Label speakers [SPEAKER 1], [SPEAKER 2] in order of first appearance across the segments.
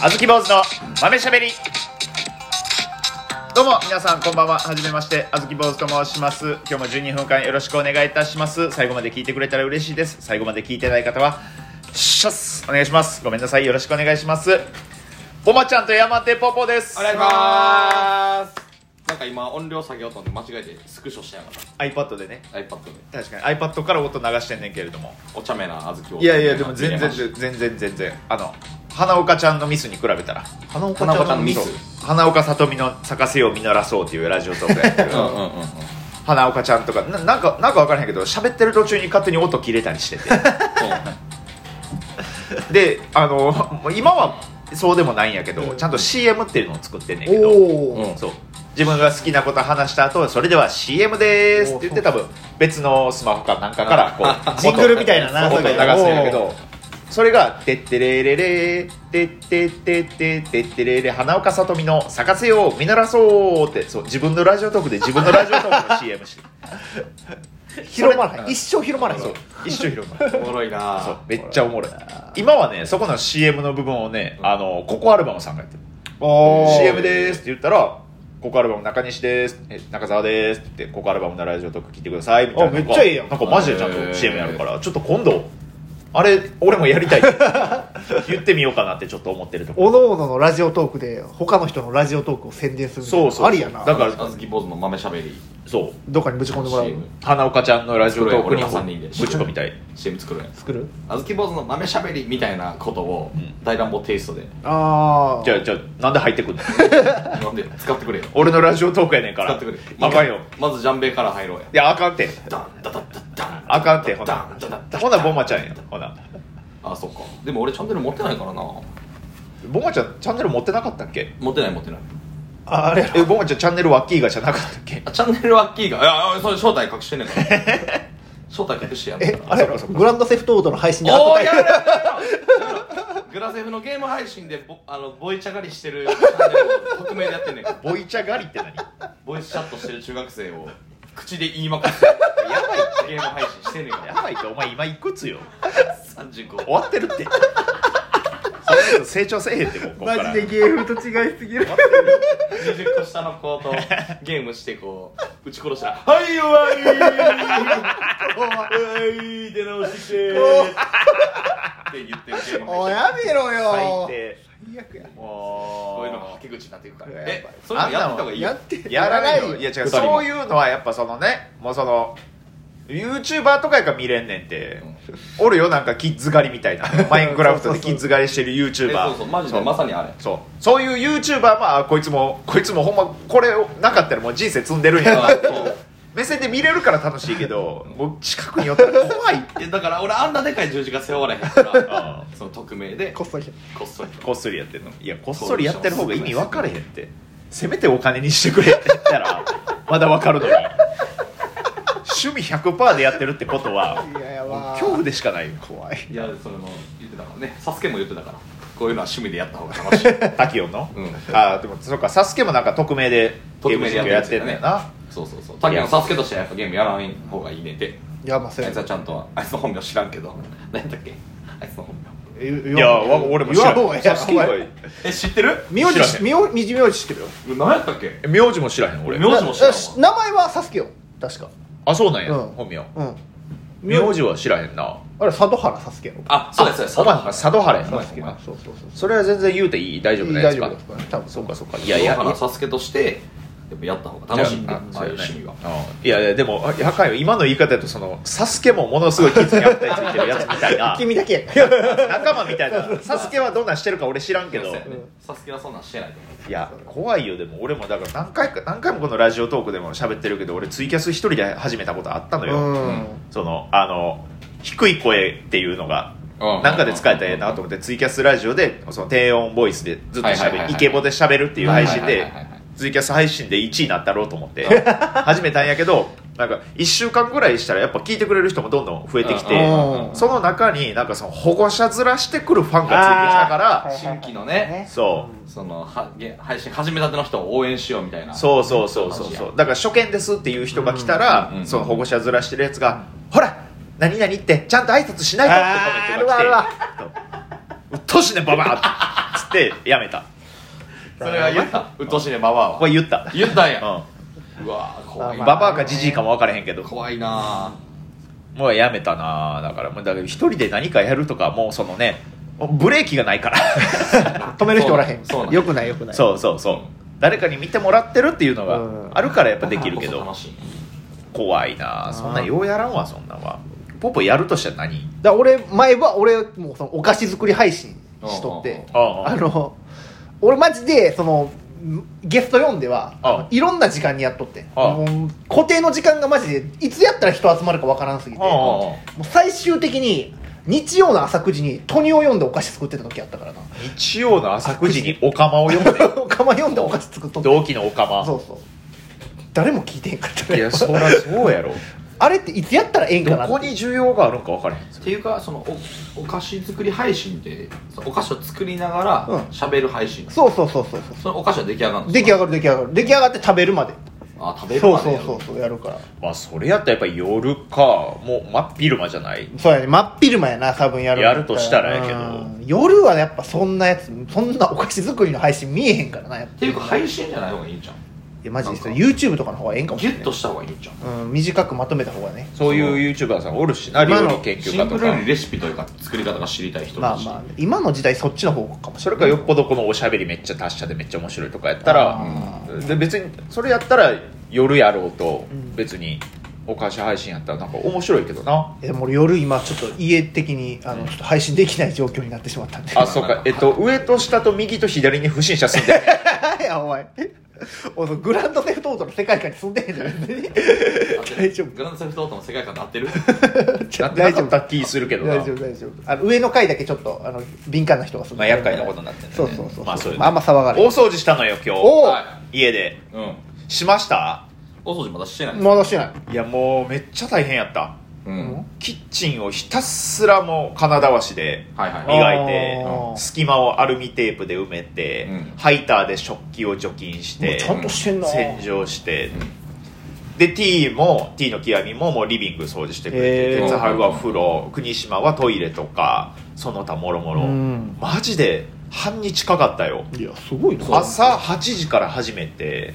[SPEAKER 1] あずき坊主の豆しゃべりどうも皆さんこんばんははじめましてあずき坊主と申します今日も12分間よろしくお願いいたします最後まで聞いてくれたら嬉しいです最後まで聞いてない方はシャスお願いしますごめんなさいよろしくお願いしますぽまちゃんと山手ぽぽです
[SPEAKER 2] お願いしますなんか今音量下げようと思って間違えてスクショしやがっ
[SPEAKER 1] iPad でね
[SPEAKER 2] た iPad で
[SPEAKER 1] 確かに iPad から音流してんねんけれども
[SPEAKER 2] お茶目な小豆を
[SPEAKER 1] いやいやでも全然
[SPEAKER 2] 入れまし
[SPEAKER 1] 全然全然あの花岡ちゃんのミスに比べたら花
[SPEAKER 2] 岡ちゃんのミス
[SPEAKER 1] そう花岡さとみの咲かせよう実らそうっていうラジオトークやってる
[SPEAKER 2] たうんうんうんうん
[SPEAKER 1] 花岡ちゃんとかななんかなんか分からへんけど喋ってる途中に勝手に音切れたりしててであの もう今はそうでもないんやけど、ちゃんと CM っていうのを作ってんねんけど
[SPEAKER 3] お
[SPEAKER 2] う
[SPEAKER 3] お
[SPEAKER 2] ん
[SPEAKER 1] そう自分が好きなこと話した後それでは CM でーすって言って多分別のスマホかなんかからこう
[SPEAKER 3] ジングルみたいなな
[SPEAKER 1] 音を流す
[SPEAKER 3] そ
[SPEAKER 1] ん
[SPEAKER 3] うか
[SPEAKER 1] やけどそれが「てってれれれてってってっててってれれ花岡さとみの咲かせよう実らそう」ってそう自分のラジオトークで自分のラジオトークの CM して
[SPEAKER 3] 広まらな
[SPEAKER 1] 一
[SPEAKER 3] い一生広まらない
[SPEAKER 1] そう一緒広まらない
[SPEAKER 2] おもろいな
[SPEAKER 1] そうめっちゃおもろい今はねそこの CM の部分をね、
[SPEAKER 2] うん
[SPEAKER 1] あのココアルバムさんがやってる
[SPEAKER 3] お
[SPEAKER 1] CM ですって言ったら「ココアルバム中西です」え「中澤です」って言って「ココアルバムのラジオトーク聞いてください」みたいな
[SPEAKER 3] あめっちゃいいやん
[SPEAKER 1] なんかマジでちゃん
[SPEAKER 2] へー
[SPEAKER 1] と CM やるからちょっと今度あれ俺もやりた い言ってみようかなってちょっと思ってるとこ
[SPEAKER 3] おのおののラジオトークで他の人のラジオトークを宣伝するみたいな
[SPEAKER 1] そうそう
[SPEAKER 3] ありやな
[SPEAKER 1] だ
[SPEAKER 2] だ
[SPEAKER 1] か
[SPEAKER 2] からら小豆坊主の豆しゃべり
[SPEAKER 1] そう
[SPEAKER 3] どっかにぶち込んでもらう
[SPEAKER 2] CM
[SPEAKER 1] 花岡ちゃんのラジオトーク
[SPEAKER 2] 俺
[SPEAKER 1] に
[SPEAKER 2] ら三人で
[SPEAKER 1] ぶち込みたい
[SPEAKER 2] CM 作るやん
[SPEAKER 3] 作る
[SPEAKER 2] 小豆坊主の豆しゃべりみたいなことを
[SPEAKER 1] ん
[SPEAKER 2] 大乱暴テイストで
[SPEAKER 3] ああ
[SPEAKER 1] じゃあじゃあなんで入ってくんの
[SPEAKER 2] なんで使ってくれよ
[SPEAKER 1] 俺のラジオトークやねんか
[SPEAKER 2] 使
[SPEAKER 1] ら
[SPEAKER 2] ってくれ
[SPEAKER 1] あかんよ
[SPEAKER 2] まずジャンベから入ろうや
[SPEAKER 1] いやあかんって
[SPEAKER 2] ダンダダダダン
[SPEAKER 1] あかんってほ
[SPEAKER 2] ダ
[SPEAKER 1] な
[SPEAKER 2] ンダダダ
[SPEAKER 1] ほなボンマちゃんやほな
[SPEAKER 2] あそっかでも俺チャンネル持ってないからな
[SPEAKER 1] ボンマちゃんチャンネル持ってなかったっけ
[SPEAKER 2] 持ってない持ってない
[SPEAKER 3] ああれやろ
[SPEAKER 1] えボンマちゃんチャンネルワッキーがじゃなかったっけ
[SPEAKER 2] あチャンネルはキーがいやいやそれ正体隠してんねんから 正体隠してやんねん
[SPEAKER 3] え
[SPEAKER 2] から
[SPEAKER 3] あれやろグランドセフトオートの配信に
[SPEAKER 2] お
[SPEAKER 3] 後
[SPEAKER 2] ーやめろやめろや
[SPEAKER 3] で
[SPEAKER 2] めろやめろグラセフのゲーム配信でぼあのボイチャ狩りしてるチャンネルを匿名でやってんねんから
[SPEAKER 1] ボイチャ狩りって何
[SPEAKER 2] ボイスチャットしてる中学生を口で言いまくってやばいゲーム配信してんねんか
[SPEAKER 1] や
[SPEAKER 2] ら
[SPEAKER 1] ばいってお前今いくつよ
[SPEAKER 2] 35
[SPEAKER 1] 終わってるってそれ成長せえへんってもうこっから
[SPEAKER 3] ゲームと違いすぎる
[SPEAKER 2] 20個下の子とゲームしてこう打ち殺したら「はい終わり!」はい出直してきてって言ってるゲーム
[SPEAKER 3] お
[SPEAKER 2] 配
[SPEAKER 3] い
[SPEAKER 2] 信
[SPEAKER 3] やめろ
[SPEAKER 1] 最
[SPEAKER 3] よ
[SPEAKER 1] 低
[SPEAKER 3] 最悪や
[SPEAKER 2] こ
[SPEAKER 1] も
[SPEAKER 2] う
[SPEAKER 1] う
[SPEAKER 2] いうのがはけ口になっていくから
[SPEAKER 3] やばい
[SPEAKER 2] えそういうのやった方がいいよ
[SPEAKER 3] やって
[SPEAKER 1] やらないよいや違
[SPEAKER 2] 二
[SPEAKER 3] や
[SPEAKER 1] う
[SPEAKER 2] 人も
[SPEAKER 1] そういうのはやっぱそのねもうその YouTuber とかやから見れんねんって、おるよなんかキッズ狩りみたいなマインクラフトでキッズ狩りしてる YouTuber
[SPEAKER 2] えそうそうマジでまさにあ れ
[SPEAKER 1] そうそういう YouTuber まあこいつもこいつもほんまこれをなかったらもう人生積んでるんやな
[SPEAKER 2] そう
[SPEAKER 1] 目線で見れるから楽しいけどもう近くに寄ったら怖いって
[SPEAKER 2] いやだから俺あんなでかい十字架背負われへんから
[SPEAKER 1] あ
[SPEAKER 2] その匿名で
[SPEAKER 3] こ
[SPEAKER 2] こ
[SPEAKER 3] っそり
[SPEAKER 2] っそり
[SPEAKER 1] こっそりやってるのいやこっそりやってる方が意味分かれへんってせめてお金にしてくれって言ったらまだ分かるのに趣味100%でやってるってことはい
[SPEAKER 3] ややば
[SPEAKER 1] 恐怖でしかない怖い
[SPEAKER 2] いやそれも言ってたからねサスケも言ってたからこういうのは趣味でやった方が楽しい
[SPEAKER 1] タキオンの、
[SPEAKER 2] うん
[SPEAKER 1] ああでもそっかサスケもなんか匿名でゲーム実況やってんだよな
[SPEAKER 2] そうそうそうタキのサスケとしてはやっぱゲームやらない方がいいねって
[SPEAKER 3] いやまあそ
[SPEAKER 2] あ
[SPEAKER 3] れ
[SPEAKER 2] いつはちゃんとあいつの本名知らんけど何だっけあいつの本名
[SPEAKER 3] い
[SPEAKER 1] いやわ俺も知らんサ
[SPEAKER 3] サス
[SPEAKER 1] スケ
[SPEAKER 3] ケ以
[SPEAKER 1] 以
[SPEAKER 3] 外
[SPEAKER 1] 外
[SPEAKER 2] え知ってる
[SPEAKER 3] 名字
[SPEAKER 1] 知らへん
[SPEAKER 3] 名字名字名字知ってるよ
[SPEAKER 2] 何やったっけ
[SPEAKER 1] 名字も知らへん俺
[SPEAKER 2] 名字も知らんわ
[SPEAKER 3] 名前はサスケよ確か
[SPEAKER 1] あそうなんや、
[SPEAKER 3] うん
[SPEAKER 1] 本名
[SPEAKER 3] うん
[SPEAKER 1] 名字は知らへんな
[SPEAKER 3] あれ佐渡原サスケの
[SPEAKER 2] あそうですそ
[SPEAKER 1] お
[SPEAKER 2] うで
[SPEAKER 1] 前
[SPEAKER 2] す
[SPEAKER 1] 佐渡原や
[SPEAKER 3] サ
[SPEAKER 1] な
[SPEAKER 3] スケのそうそうそう
[SPEAKER 1] それは全然言うていい大丈夫なやつか
[SPEAKER 3] いい大丈夫です多分
[SPEAKER 1] そうかそうかい
[SPEAKER 2] いや
[SPEAKER 1] やい
[SPEAKER 2] い
[SPEAKER 1] や
[SPEAKER 2] やサスケとしてやっぱやった方が楽しいんでああいう趣味は
[SPEAKER 1] うんいやいやでもあやかんよ今の言い方だとそのサスケもものすごいキッズに合ったやつ見てるやつみたいな
[SPEAKER 3] 君だけ
[SPEAKER 1] 仲間みたいな サスケはどんなんしてるか俺知らんけど
[SPEAKER 2] そうやねサスケはそんなんしてないと思う
[SPEAKER 1] いや怖いよでも俺もだから何回か何回もこのラジオトークでも喋ってるけど俺ツイキャス一人で始めたことあったの
[SPEAKER 3] う
[SPEAKER 1] よ
[SPEAKER 3] ん
[SPEAKER 1] そのあの低い声っていうのが
[SPEAKER 2] うん
[SPEAKER 1] なんかで使えたらええなと思ってツイキャスラジオでその低音ボイスでずっと
[SPEAKER 2] はいはい
[SPEAKER 1] 喋
[SPEAKER 2] はいは
[SPEAKER 1] る
[SPEAKER 2] い
[SPEAKER 1] イケボで喋るっていう配信
[SPEAKER 2] はいは
[SPEAKER 1] で
[SPEAKER 2] いはいはいはい
[SPEAKER 1] ツイキャス配信で1位になったろうと思って始めたんやけどなんか1週間ぐらいしたらやっぱ聞いてくれる人もどんどん増えてき
[SPEAKER 3] うん
[SPEAKER 1] て
[SPEAKER 3] うん
[SPEAKER 1] その中になんかその保護者面してくるファンがついてきたか
[SPEAKER 3] あ
[SPEAKER 1] ら
[SPEAKER 2] 新規のね
[SPEAKER 1] そう
[SPEAKER 2] そのはげ配信始めたての人を応援しようみたいな
[SPEAKER 1] そうそうそうそうそうだから初見ですっていう人が来たら、
[SPEAKER 2] うん
[SPEAKER 1] その保護者ずらしてるやつが「ほら何々ってちゃんと挨拶しないと」ってコメントが来て「うっとうしいねババア」っつってやめた
[SPEAKER 2] それは言ったうっとうしいねババア
[SPEAKER 1] こ
[SPEAKER 2] は
[SPEAKER 1] れ言った、
[SPEAKER 2] 言ったん
[SPEAKER 1] う
[SPEAKER 2] や
[SPEAKER 1] ん
[SPEAKER 2] うわー怖い
[SPEAKER 3] ま
[SPEAKER 2] な
[SPEAKER 3] あ
[SPEAKER 1] ババアかジジイかも分からへんけど
[SPEAKER 2] 怖いな
[SPEAKER 1] もうやめたなだからもうだから一人で何かやるとかもうそのねブレーキがないから
[SPEAKER 3] 止める人おらへん
[SPEAKER 2] そうなん
[SPEAKER 3] よくないよくない
[SPEAKER 1] そうそうそう誰かに見てもらってるっていうの
[SPEAKER 3] うん
[SPEAKER 1] があるからやっぱ
[SPEAKER 2] ぁ
[SPEAKER 1] できるけ
[SPEAKER 2] こそ
[SPEAKER 1] ど
[SPEAKER 2] 楽しいね
[SPEAKER 1] 怖いな
[SPEAKER 3] あー
[SPEAKER 1] そんなんようやらんわそんなんはポポやるとしたら何
[SPEAKER 3] だから俺前は俺もうそのお菓子作り配信しとっ
[SPEAKER 2] うんうん
[SPEAKER 3] て
[SPEAKER 1] うんうんうん
[SPEAKER 3] あの俺マジでそのゲスト読んでは
[SPEAKER 1] う
[SPEAKER 3] いろんな時間にやっとって
[SPEAKER 1] うん
[SPEAKER 3] もう固定の時間がマジでいつやったら人集まるかわからんすぎて
[SPEAKER 1] うんうんうん
[SPEAKER 3] もう最終的に日曜の朝9時に「トニを読んでお菓子作ってた時あったからな
[SPEAKER 1] 日曜の朝9時にオカマを読んで
[SPEAKER 3] おかま読んでお菓子作っとって
[SPEAKER 1] 同期のオカ
[SPEAKER 3] そ
[SPEAKER 1] マ
[SPEAKER 3] うそう誰も聞いてへんかった
[SPEAKER 1] い
[SPEAKER 3] ね
[SPEAKER 1] やそりゃそうやろ
[SPEAKER 3] あれっていつやったらええんか
[SPEAKER 1] ど
[SPEAKER 3] なって
[SPEAKER 1] こに需要があるんか分からへん
[SPEAKER 2] っていうかそのおお菓子作り配信ってそのお菓子を作りながら
[SPEAKER 3] うん
[SPEAKER 2] 喋る配信、
[SPEAKER 3] そうそうそうそうそ
[SPEAKER 2] そのお菓子は出来上がるん
[SPEAKER 3] う
[SPEAKER 2] です
[SPEAKER 3] 出来
[SPEAKER 2] か
[SPEAKER 3] 上がる出来上がる出来上がって食べるまで
[SPEAKER 2] あ食べる
[SPEAKER 3] そう
[SPEAKER 2] まで
[SPEAKER 3] そ
[SPEAKER 2] や
[SPEAKER 3] う
[SPEAKER 2] る
[SPEAKER 3] そうそうやるから
[SPEAKER 1] まあそれやったらやっぱり夜かもう真っ昼間じゃない
[SPEAKER 3] そうやね真っ昼間やな多分やるんだった
[SPEAKER 1] やるとしたらやけど
[SPEAKER 3] うん夜はやっぱそんなやつそんなお菓子作りの配信見えへんからなやっぱ
[SPEAKER 2] っていうか配信じゃない方がいいんじゃん
[SPEAKER 3] いやマジでそれ
[SPEAKER 2] なん
[SPEAKER 3] YouTube とかの方がええんかもし
[SPEAKER 2] ギ
[SPEAKER 3] れ
[SPEAKER 2] ュッ
[SPEAKER 3] ない
[SPEAKER 2] とした方がいいんじゃん
[SPEAKER 3] うん、短くまとめた方がね
[SPEAKER 1] そういう YouTuber さんおるしな料
[SPEAKER 3] 今の
[SPEAKER 1] 理研究
[SPEAKER 2] シ
[SPEAKER 1] 家
[SPEAKER 2] ンプ
[SPEAKER 1] と
[SPEAKER 2] ル
[SPEAKER 1] か
[SPEAKER 2] にレシピというか作り方が知りたい人
[SPEAKER 3] まあ
[SPEAKER 2] たち、
[SPEAKER 3] まあ今の時代そっちの方かもし
[SPEAKER 1] それかよっぽどこのおしゃべりめっちゃ達者でめっちゃ面白いとかやったら
[SPEAKER 3] あ
[SPEAKER 1] で別にそれやったら夜やろうと
[SPEAKER 3] うん
[SPEAKER 1] 別にお菓子配信やったらなんか面白いけどな
[SPEAKER 3] れないでも俺夜今ちょっと家的にあのちょっと配信できない状況になってしまったんで
[SPEAKER 1] あそうかえっと上と下と右と左に不審者住んでる
[SPEAKER 3] いやお前お前グランドセフトオートの世界観に住んでへんじゃん別に
[SPEAKER 2] 合 ってる
[SPEAKER 3] 大丈夫
[SPEAKER 2] グランドセフトオートの世界観で合って る
[SPEAKER 1] なってなかった気するけどな
[SPEAKER 3] 大丈夫大丈夫あの上の階だけちょっとあの敏感な人が住ん
[SPEAKER 1] ま
[SPEAKER 3] で
[SPEAKER 1] あ
[SPEAKER 3] る
[SPEAKER 1] 厄介なことになってんだ
[SPEAKER 3] そ
[SPEAKER 1] よ
[SPEAKER 3] う
[SPEAKER 1] ね
[SPEAKER 3] そうそう、
[SPEAKER 1] まあそういう
[SPEAKER 3] まあ、あんま騒が
[SPEAKER 1] 大
[SPEAKER 3] れない
[SPEAKER 1] 掃除したのよ今
[SPEAKER 3] お
[SPEAKER 1] 日
[SPEAKER 3] う
[SPEAKER 2] は
[SPEAKER 1] 家で
[SPEAKER 2] いうん
[SPEAKER 1] しました
[SPEAKER 2] お掃除まだしてないです
[SPEAKER 3] 戻してない、
[SPEAKER 1] いやもうめっちゃ大変やった
[SPEAKER 2] うん
[SPEAKER 3] うん
[SPEAKER 1] キッチンをひたすらもう金だわしで
[SPEAKER 2] はいはいはい
[SPEAKER 1] 磨いて
[SPEAKER 3] あー
[SPEAKER 1] 隙間をアルミテープで埋めて、
[SPEAKER 2] うん
[SPEAKER 1] ハイターで食器を除菌して
[SPEAKER 3] ちゃんとしてんな
[SPEAKER 1] 洗浄して、
[SPEAKER 2] うん
[SPEAKER 1] で T も T の極みももうリビング掃除してくれて
[SPEAKER 3] へー
[SPEAKER 1] 哲春はお風呂国島はトイレとかその他もろもろ
[SPEAKER 3] うん
[SPEAKER 1] マジで半日かかったよ
[SPEAKER 3] いやすごいな
[SPEAKER 2] そう
[SPEAKER 1] 朝8時から始めて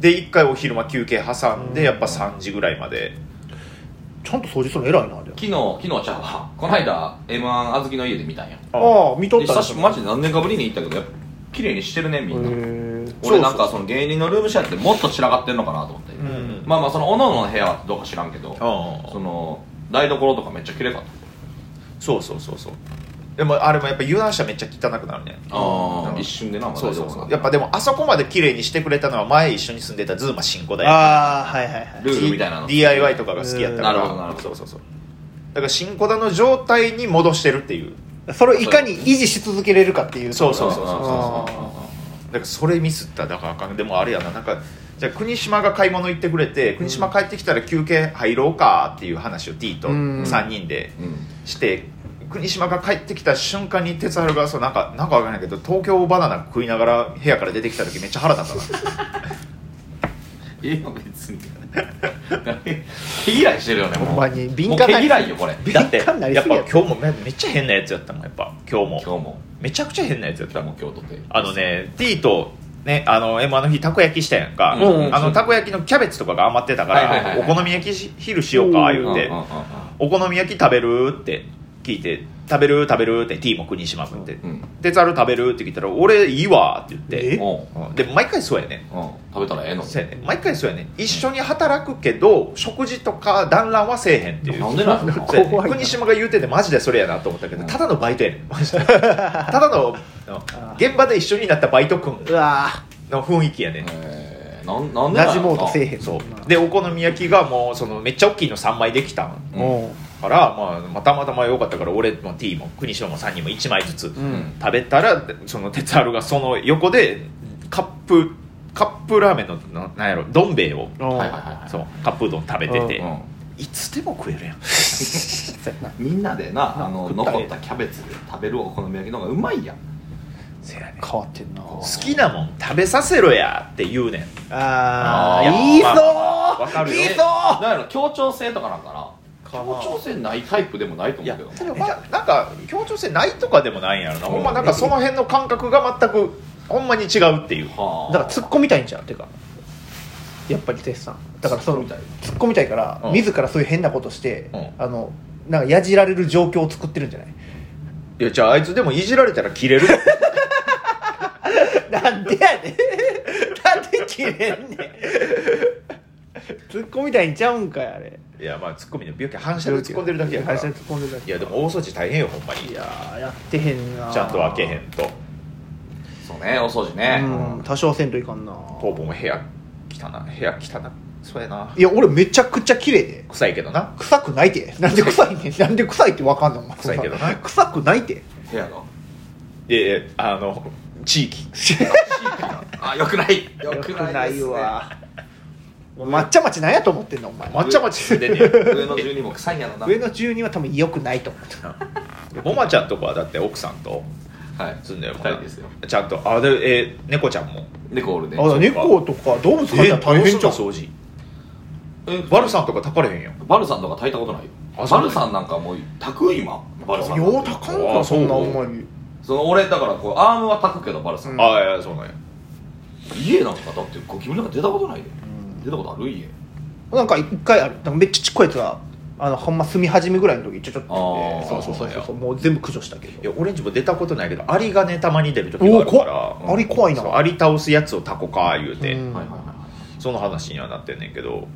[SPEAKER 1] で1回お昼間休憩挟んでやっぱ3時ぐらいまで
[SPEAKER 3] ちゃんと掃除するの偉いなあれ
[SPEAKER 2] 昨日昨日ちゃうわこの間 m 1あずきの家で見たんや
[SPEAKER 3] ああ見と
[SPEAKER 2] で
[SPEAKER 3] った
[SPEAKER 2] 久しマジで何年かぶりに行ったけどやっぱ綺麗にしてるねみんな
[SPEAKER 3] へえ
[SPEAKER 2] 俺なんかその芸人のルームシェアってもっと散らかってんのかなと思って、
[SPEAKER 3] うん
[SPEAKER 1] うん
[SPEAKER 2] まあまあそのおのの部屋はどうか知らんけど、
[SPEAKER 1] うん
[SPEAKER 2] その台所とかめっちゃ綺麗かった
[SPEAKER 1] そうそうそうそうでもあれもやっぱ油断したらめっちゃ汚くなるね
[SPEAKER 2] あ
[SPEAKER 1] うん
[SPEAKER 2] 一瞬でな、まあ、
[SPEAKER 1] そうそう
[SPEAKER 2] 台所
[SPEAKER 1] そ
[SPEAKER 2] なん
[SPEAKER 1] う
[SPEAKER 2] て
[SPEAKER 1] やっぱでもあそこまで綺麗にしてくれたのは前一緒に住んでたズーマ新子だよ
[SPEAKER 3] ああはいはいはい
[SPEAKER 2] ルールみたいなの
[SPEAKER 1] DIY とかが好きやったから
[SPEAKER 2] うんなるほどなるほど
[SPEAKER 1] そうそうそうだから新子だの状態に戻してるっていう
[SPEAKER 3] それをいかに維持し続けれるかっていう
[SPEAKER 1] そうそうう
[SPEAKER 2] そ
[SPEAKER 1] そううそ
[SPEAKER 2] そ
[SPEAKER 1] うう
[SPEAKER 3] あ
[SPEAKER 1] だからそれミスったらだからあかんでもあれやななんかじゃあ国島が買い物行ってくれて国島帰ってきたら休憩入ろうかっていう話を T と
[SPEAKER 3] うん
[SPEAKER 1] 3人で
[SPEAKER 2] うん
[SPEAKER 1] して国島が帰ってきた瞬間に哲治がそうなんかなんかわかんないけど東京バナナ食いながら部屋から出てきた時めっちゃ腹立った な
[SPEAKER 2] いや別に毛嫌いしてるよねもう
[SPEAKER 3] ほんまに敏感
[SPEAKER 2] もう
[SPEAKER 3] な
[SPEAKER 2] 毛嫌いよこれ
[SPEAKER 1] だって
[SPEAKER 3] かなり
[SPEAKER 1] や
[SPEAKER 3] す
[SPEAKER 1] っ
[SPEAKER 3] ぎ
[SPEAKER 1] ぱ
[SPEAKER 3] や
[SPEAKER 1] 今日もめめっちゃ変なやつやったもんやっぱ今日
[SPEAKER 2] 今
[SPEAKER 1] も
[SPEAKER 2] 日も
[SPEAKER 1] めちゃくちゃ変なやつやっ
[SPEAKER 2] じ
[SPEAKER 1] た
[SPEAKER 2] ゃあもう今日とって
[SPEAKER 1] あのね T とねあの M あの日たこ焼きしたやんか、
[SPEAKER 2] うん
[SPEAKER 1] あのたこ焼きのキャベツとかが余ってたから、
[SPEAKER 2] はいはいはいはい
[SPEAKER 1] お好み焼きし昼しようか言うて、
[SPEAKER 2] うんうんうん
[SPEAKER 1] お好み焼き食べるって聞いて食べる食べるって T も国島君って
[SPEAKER 2] うん
[SPEAKER 1] 「鉄、ある食べる?」って聞いたら「俺いいわ」って言って
[SPEAKER 3] え
[SPEAKER 2] おう
[SPEAKER 1] で毎回そうやね
[SPEAKER 2] うん食べたらええのに
[SPEAKER 1] そうやね毎回そうやね一緒に働くけど食事とか団らんはせえへんっていう
[SPEAKER 2] なんでなん
[SPEAKER 3] なんか
[SPEAKER 1] そうやね
[SPEAKER 3] 怖いな
[SPEAKER 1] 国島が言うててマジでそれやなと思ったけど
[SPEAKER 2] うん
[SPEAKER 1] ただのバイトやねんマジでただの
[SPEAKER 3] あ
[SPEAKER 1] 現場で一緒になったバイト君
[SPEAKER 3] うわあ
[SPEAKER 1] の雰囲気やねん
[SPEAKER 2] えーなんなんで
[SPEAKER 3] な
[SPEAKER 2] な
[SPEAKER 3] じもうとせえ
[SPEAKER 2] ん
[SPEAKER 3] へん
[SPEAKER 1] そ
[SPEAKER 3] んな
[SPEAKER 1] うでお好み焼きがもうそのめっちゃ大きいの3枚できたん
[SPEAKER 2] うん
[SPEAKER 3] も
[SPEAKER 1] から、まあ、まあたまたま良かったから俺も T も国島も3人も1枚ずつ
[SPEAKER 3] ううん
[SPEAKER 1] 食べたらその哲治がその横でカップカップラーメンのななんやろどん兵衛を
[SPEAKER 3] うん
[SPEAKER 2] はいはいはいはい
[SPEAKER 1] そうカップうどん食べてて、
[SPEAKER 2] うん
[SPEAKER 1] いつでも食えるやん
[SPEAKER 3] そうやな
[SPEAKER 2] みんなでなあの
[SPEAKER 3] 食ったら
[SPEAKER 2] 残
[SPEAKER 3] ええ
[SPEAKER 2] ったキャベツで食べるお好み焼きの方がうまいやん
[SPEAKER 1] せやねん好
[SPEAKER 3] 変わってんな
[SPEAKER 1] きなもん食べさせろやって言うねん
[SPEAKER 3] あ
[SPEAKER 2] あ
[SPEAKER 3] あ
[SPEAKER 2] ー
[SPEAKER 3] いいぞ
[SPEAKER 1] まあまあわかるよ
[SPEAKER 3] いいぞ
[SPEAKER 2] だから協調性とかなんかな協調性ないタイプでもないと思うけどな
[SPEAKER 1] でもまあなんか協調性ないとかでもないんやろな、ほんまなんかその辺の感覚が全くほんまに違うっていう
[SPEAKER 2] はあ
[SPEAKER 3] だから突っ込みたいんじゃんっていうかやっぱり哲さんだからその
[SPEAKER 2] 突っ込みたい
[SPEAKER 3] 突っ込みたいから、
[SPEAKER 1] うん
[SPEAKER 3] 自らそういう変なことして、
[SPEAKER 1] うん
[SPEAKER 3] あのなんかやじられる状況を作ってるんじゃない
[SPEAKER 1] いやじゃああいつでもいじられたら切れる
[SPEAKER 3] なんでやねんなん で切れんねん突っ込みたいんちゃうんかいあれ
[SPEAKER 1] いやまあツッコミの病気反射で突っ込んでるだけやから
[SPEAKER 3] 会社
[SPEAKER 1] い
[SPEAKER 3] で突っ込んでるだけ
[SPEAKER 1] やでも大掃除大変よほんまに
[SPEAKER 3] い
[SPEAKER 1] ち
[SPEAKER 3] やーやってへんな
[SPEAKER 1] ゃんと開けへんと
[SPEAKER 2] そうねお掃除ね
[SPEAKER 3] うん多少はせんといかんな
[SPEAKER 1] ポーポも部屋汚な部屋汚なそうやない
[SPEAKER 3] や俺めちゃくちゃ綺麗で
[SPEAKER 1] 臭いけどな
[SPEAKER 3] 臭くないてなんで臭いねんなんで臭いってわかんのお前
[SPEAKER 1] 臭いけどな
[SPEAKER 3] 臭くないて
[SPEAKER 2] 部屋が
[SPEAKER 1] であの地 域
[SPEAKER 2] あよくないよくないですね
[SPEAKER 3] 抹茶町なんやと思ってんのお前
[SPEAKER 1] まっちゃまち住んでんね
[SPEAKER 2] 上の住人も臭いんやろな
[SPEAKER 3] 上の住人は多分良くないと思って
[SPEAKER 1] やもまちゃんとこはだって奥さんと
[SPEAKER 2] はい
[SPEAKER 1] 住んでるもん
[SPEAKER 2] 二
[SPEAKER 1] な
[SPEAKER 2] 人ですよ
[SPEAKER 1] ちゃんとあで、えー猫ちゃんも
[SPEAKER 2] 猫おるね
[SPEAKER 3] あ猫とか動物飼ったら大変じ
[SPEAKER 1] え
[SPEAKER 3] ゃん
[SPEAKER 1] どうすんの掃除
[SPEAKER 2] え
[SPEAKER 1] バルさんとかたかれへんよ
[SPEAKER 2] バルさんとか炊いたことないよ
[SPEAKER 1] あそうなん
[SPEAKER 2] バル
[SPEAKER 1] や
[SPEAKER 2] さんなんかもう炊く今バルさんなんて
[SPEAKER 3] ようたかんかそんなお前に
[SPEAKER 2] その俺だからこうアームは炊くけどバルさん、
[SPEAKER 3] うん
[SPEAKER 1] ああいやそうなんや
[SPEAKER 2] 家なんかだってゴキブリなんか出たことないで、出たことある家
[SPEAKER 3] なんか一回あるなんかめっちゃちっこいやつがあのほんま住み始めぐらいの時ちょちょっと
[SPEAKER 2] あ
[SPEAKER 3] 出
[SPEAKER 2] ー
[SPEAKER 3] てそうそうそうそうもう全部駆除したけ
[SPEAKER 1] い
[SPEAKER 3] ど
[SPEAKER 1] や俺んちも出たことないけどアリがねたまに出る時があるから
[SPEAKER 3] おー怖っアリ怖いな
[SPEAKER 1] そうアリ倒すやつをタコか言うて、
[SPEAKER 3] うん
[SPEAKER 2] はいはいはいはい
[SPEAKER 1] その話にはなってんねんけど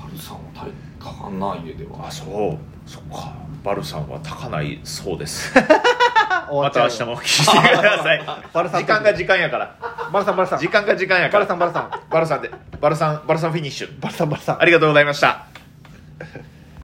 [SPEAKER 2] バルさんは炊かかんない家では
[SPEAKER 1] あそうそっかバルさんは炊かないそうです ま
[SPEAKER 3] ま
[SPEAKER 1] た明日も聞いてください
[SPEAKER 3] バルさん
[SPEAKER 1] 時間が時間やから
[SPEAKER 3] バルさんバルさん
[SPEAKER 1] 時間が時間やか
[SPEAKER 3] バ
[SPEAKER 1] ら
[SPEAKER 3] ルさんバルさん
[SPEAKER 1] バルさんでバルさんバルさんフィニッシュ
[SPEAKER 3] バルさんバルさん
[SPEAKER 1] ありがとうございました